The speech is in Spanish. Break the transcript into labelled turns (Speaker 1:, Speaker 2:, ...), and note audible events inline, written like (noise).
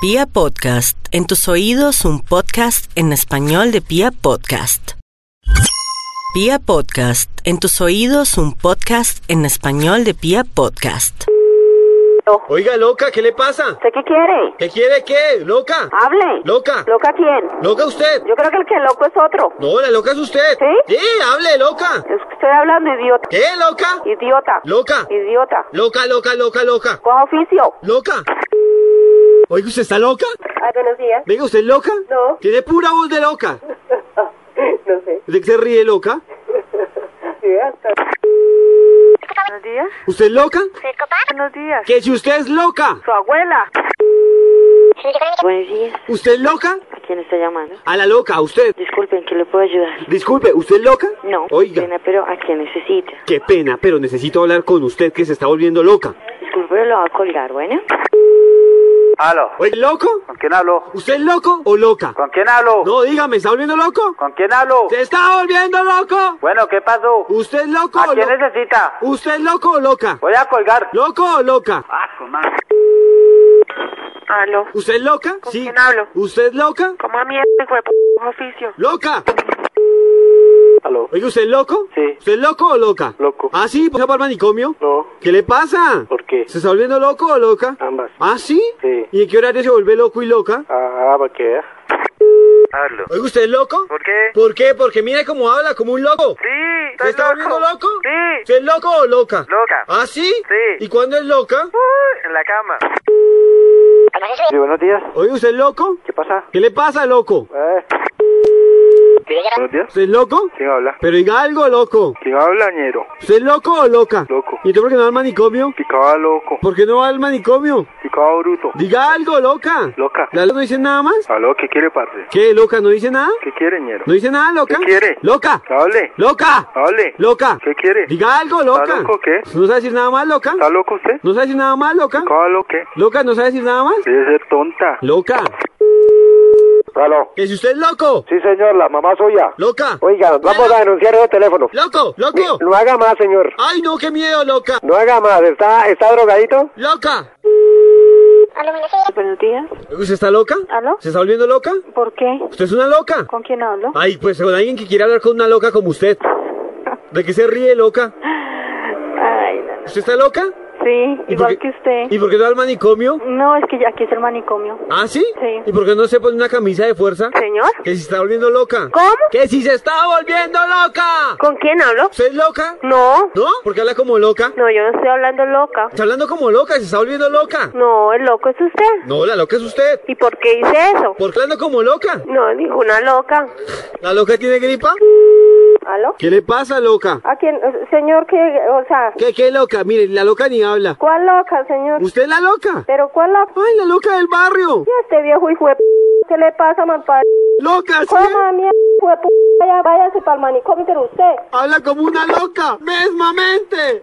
Speaker 1: Pia Podcast, en tus oídos un podcast en español de Pia Podcast. Pia Podcast, en tus oídos un podcast en español de Pia Podcast.
Speaker 2: Oiga, loca, ¿qué le pasa?
Speaker 3: ¿Usted qué quiere?
Speaker 2: ¿Qué quiere qué? ¿Loca?
Speaker 3: Hable.
Speaker 2: ¿Loca?
Speaker 3: ¿Loca quién?
Speaker 2: ¿Loca usted?
Speaker 3: Yo creo que el que loco es otro.
Speaker 2: No, la loca es usted.
Speaker 3: ¿Sí?
Speaker 2: hable, loca.
Speaker 3: Es que estoy hablando, idiota.
Speaker 2: ¿Qué, loca?
Speaker 3: Idiota.
Speaker 2: Loca.
Speaker 3: Idiota.
Speaker 2: Loca, loca, loca, loca.
Speaker 3: Coja oficio.
Speaker 2: Loca. Oiga, ¿usted está loca?
Speaker 3: Ah, buenos días.
Speaker 2: Venga, ¿usted es loca?
Speaker 3: No.
Speaker 2: Tiene pura voz de loca.
Speaker 3: (laughs) no sé.
Speaker 2: ¿Usted qué se ríe, loca?
Speaker 3: Buenos días.
Speaker 2: ¿Usted es loca?
Speaker 3: Buenos días.
Speaker 2: Que si usted es loca,
Speaker 3: Su abuela. Buenos días.
Speaker 2: ¿usted es loca?
Speaker 3: ¿A quién está llamando?
Speaker 2: A la loca, a usted.
Speaker 3: Disculpen, ¿qué le puedo ayudar?
Speaker 2: Disculpe, ¿usted es loca?
Speaker 3: No.
Speaker 2: Oiga,
Speaker 3: Pena, pero ¿a quién necesita?
Speaker 2: qué pena, pero necesito hablar con usted que se está volviendo loca.
Speaker 3: Disculpe, pero lo va a colgar, ¿bueno?
Speaker 4: Aló,
Speaker 2: Oiga, ¿loco?
Speaker 4: ¿con quién hablo?
Speaker 2: ¿Usted es loco o loca?
Speaker 4: ¿Con quién hablo?
Speaker 2: No, dígame, ¿está volviendo loco?
Speaker 4: ¿Con quién hablo?
Speaker 2: ¡Se está volviendo loco!
Speaker 4: Bueno, ¿qué pasó?
Speaker 2: ¿Usted es loco
Speaker 4: ¿A
Speaker 2: o
Speaker 4: quién
Speaker 2: loca?
Speaker 4: necesita?
Speaker 2: ¿Usted es loco o loca?
Speaker 4: Voy a colgar.
Speaker 2: ¿Loco o loca?
Speaker 4: Ah, su madre.
Speaker 3: Aló.
Speaker 2: ¿Usted es loca? sí.
Speaker 3: quién hablo?
Speaker 2: ¿Usted es loca?
Speaker 3: ¿Cómo a mierda, hijo de p oficio?
Speaker 2: ¡Loca!
Speaker 4: Aló,
Speaker 2: Oiga, ¿usted es loco?
Speaker 4: Sí.
Speaker 2: ¿Usted es loco o loca?
Speaker 4: Loco.
Speaker 2: ¿Ah, sí? ¿Por qué va al manicomio?
Speaker 4: No.
Speaker 2: ¿Qué le pasa?
Speaker 4: ¿Por qué?
Speaker 2: ¿Se está volviendo loco o loca?
Speaker 4: Ambas.
Speaker 2: ¿Ah, sí?
Speaker 4: Sí.
Speaker 2: ¿Y en qué horario se vuelve loco y loca?
Speaker 4: Ah, ¿para qué? Aló.
Speaker 2: Oiga, ¿usted es loco?
Speaker 4: ¿Por qué?
Speaker 2: ¿Por qué? Porque mire cómo habla, como un loco.
Speaker 4: Sí,
Speaker 2: ¿Se está volviendo loco? ¿Usted es loco o loca?
Speaker 4: (laughs) Loca.
Speaker 2: ¿Ah, sí?
Speaker 4: Sí.
Speaker 2: ¿Y cuándo es loca?
Speaker 4: En la cama. Sí, buenos días.
Speaker 2: Oiga, ¿usted es loco?
Speaker 4: ¿Qué pasa?
Speaker 2: ¿Qué le pasa, loco?
Speaker 4: Eh. Buenos días.
Speaker 2: ¿Usted es loco?
Speaker 4: ¿Quién habla?
Speaker 2: Pero diga algo, loco.
Speaker 4: ¿Quién habla, ñero?
Speaker 2: ¿Usted es loco o loca?
Speaker 4: Loco.
Speaker 2: ¿Y usted por qué no va al manicomio?
Speaker 4: Picaba loco,
Speaker 2: ¿Por qué no va al manicomio?
Speaker 4: picaba bruto.
Speaker 2: Diga algo, loca.
Speaker 4: Loca.
Speaker 2: ¿La loca no dice nada más?
Speaker 4: Aló, ¿qué quiere, parce?
Speaker 2: ¿Qué, loca? ¿No dice nada?
Speaker 4: ¿Qué quiere, ñero?
Speaker 2: ¿No dice nada, loca?
Speaker 4: ¿Qué quiere?
Speaker 2: ¿Loca?
Speaker 4: Hable,
Speaker 2: ¿Loca?
Speaker 4: hable.
Speaker 2: ¿Loca?
Speaker 4: ¿Qué quiere?
Speaker 2: Diga algo, loca.
Speaker 4: ¿Está loco o qué?
Speaker 2: ¿No sabe decir nada más, loca?
Speaker 4: ¿Está loco usted?
Speaker 2: ¿No sabe decir nada más, loca?
Speaker 4: ¿Está loco qué?
Speaker 2: ¿Loca? ¿No sabe decir nada más?
Speaker 4: Debe ser tonta.
Speaker 2: Loca.
Speaker 5: Aló.
Speaker 2: ¿Que si usted es loco?
Speaker 5: Sí, señor, la mamá suya.
Speaker 2: ¿Loca?
Speaker 5: Oiga, vamos a denunciar ese teléfono.
Speaker 2: ¡Loco! ¡Loco!
Speaker 5: No haga más, señor.
Speaker 2: ¡Ay, no, qué miedo, loca!
Speaker 5: No haga más. ¿Está, está drogadito?
Speaker 2: ¡Loca!
Speaker 3: Buenos días.
Speaker 2: ¿Usted está loca?
Speaker 3: ¿Aló?
Speaker 2: ¿Se está volviendo loca?
Speaker 3: ¿Por qué?
Speaker 2: ¿Usted es una loca?
Speaker 3: ¿Con quién hablo?
Speaker 2: Ay, pues con alguien que quiera hablar con una loca como
Speaker 3: (laughs)
Speaker 2: usted. ¿De qué se ríe, loca?
Speaker 3: Ay, no, no.
Speaker 2: ¿Usted está loca?
Speaker 3: Sí,
Speaker 2: Ah. ¿Y por
Speaker 3: igual
Speaker 2: qué-
Speaker 3: que usted.
Speaker 2: ¿Y por qué no va al manicomio?
Speaker 3: No, es que ya aquí es el manicomio.
Speaker 2: ¿Ah, sí?
Speaker 3: Sí.
Speaker 2: ¿Y por qué no se pone una camisa de fuerza?
Speaker 3: Señor,
Speaker 2: Que si se está volviendo loca.
Speaker 3: ¿Cómo?
Speaker 2: ¡Que si se está volviendo loca!
Speaker 3: ¿con quién hablo?
Speaker 2: ¿Usted es loca?
Speaker 3: No,
Speaker 2: ¿No? ¿Por qué habla como loca?
Speaker 3: no, yo no estoy hablando loca.
Speaker 2: Está hablando como loca, se está volviendo loca.
Speaker 3: No, el loco es usted.
Speaker 2: No, la loca es usted.
Speaker 3: ¿Y por qué hice eso?
Speaker 2: ¿Por qué habla como loca?
Speaker 3: No, ninguna loca.
Speaker 2: ¿La loca tiene gripa?
Speaker 3: ¿Aló?
Speaker 2: ¿Qué le pasa, loca?
Speaker 3: ¿A quién? Señor, que, o sea,
Speaker 2: ¿Qué, qué loca? Mire, la loca ni habla.
Speaker 3: ¿cuál loca, señor?
Speaker 2: ¿Usted es la loca?
Speaker 3: ¿Pero cuál loca?
Speaker 2: ¡Ay, la loca del barrio!
Speaker 3: Este viejo hijo de p... ¿Qué le pasa, man? pa-
Speaker 2: ¡Loca, sí!
Speaker 3: Coma, mierda, hijo de p... Vaya, váyase para el manicomio, pero usted.
Speaker 2: ¡Habla como una loca! ¡Mesmamente!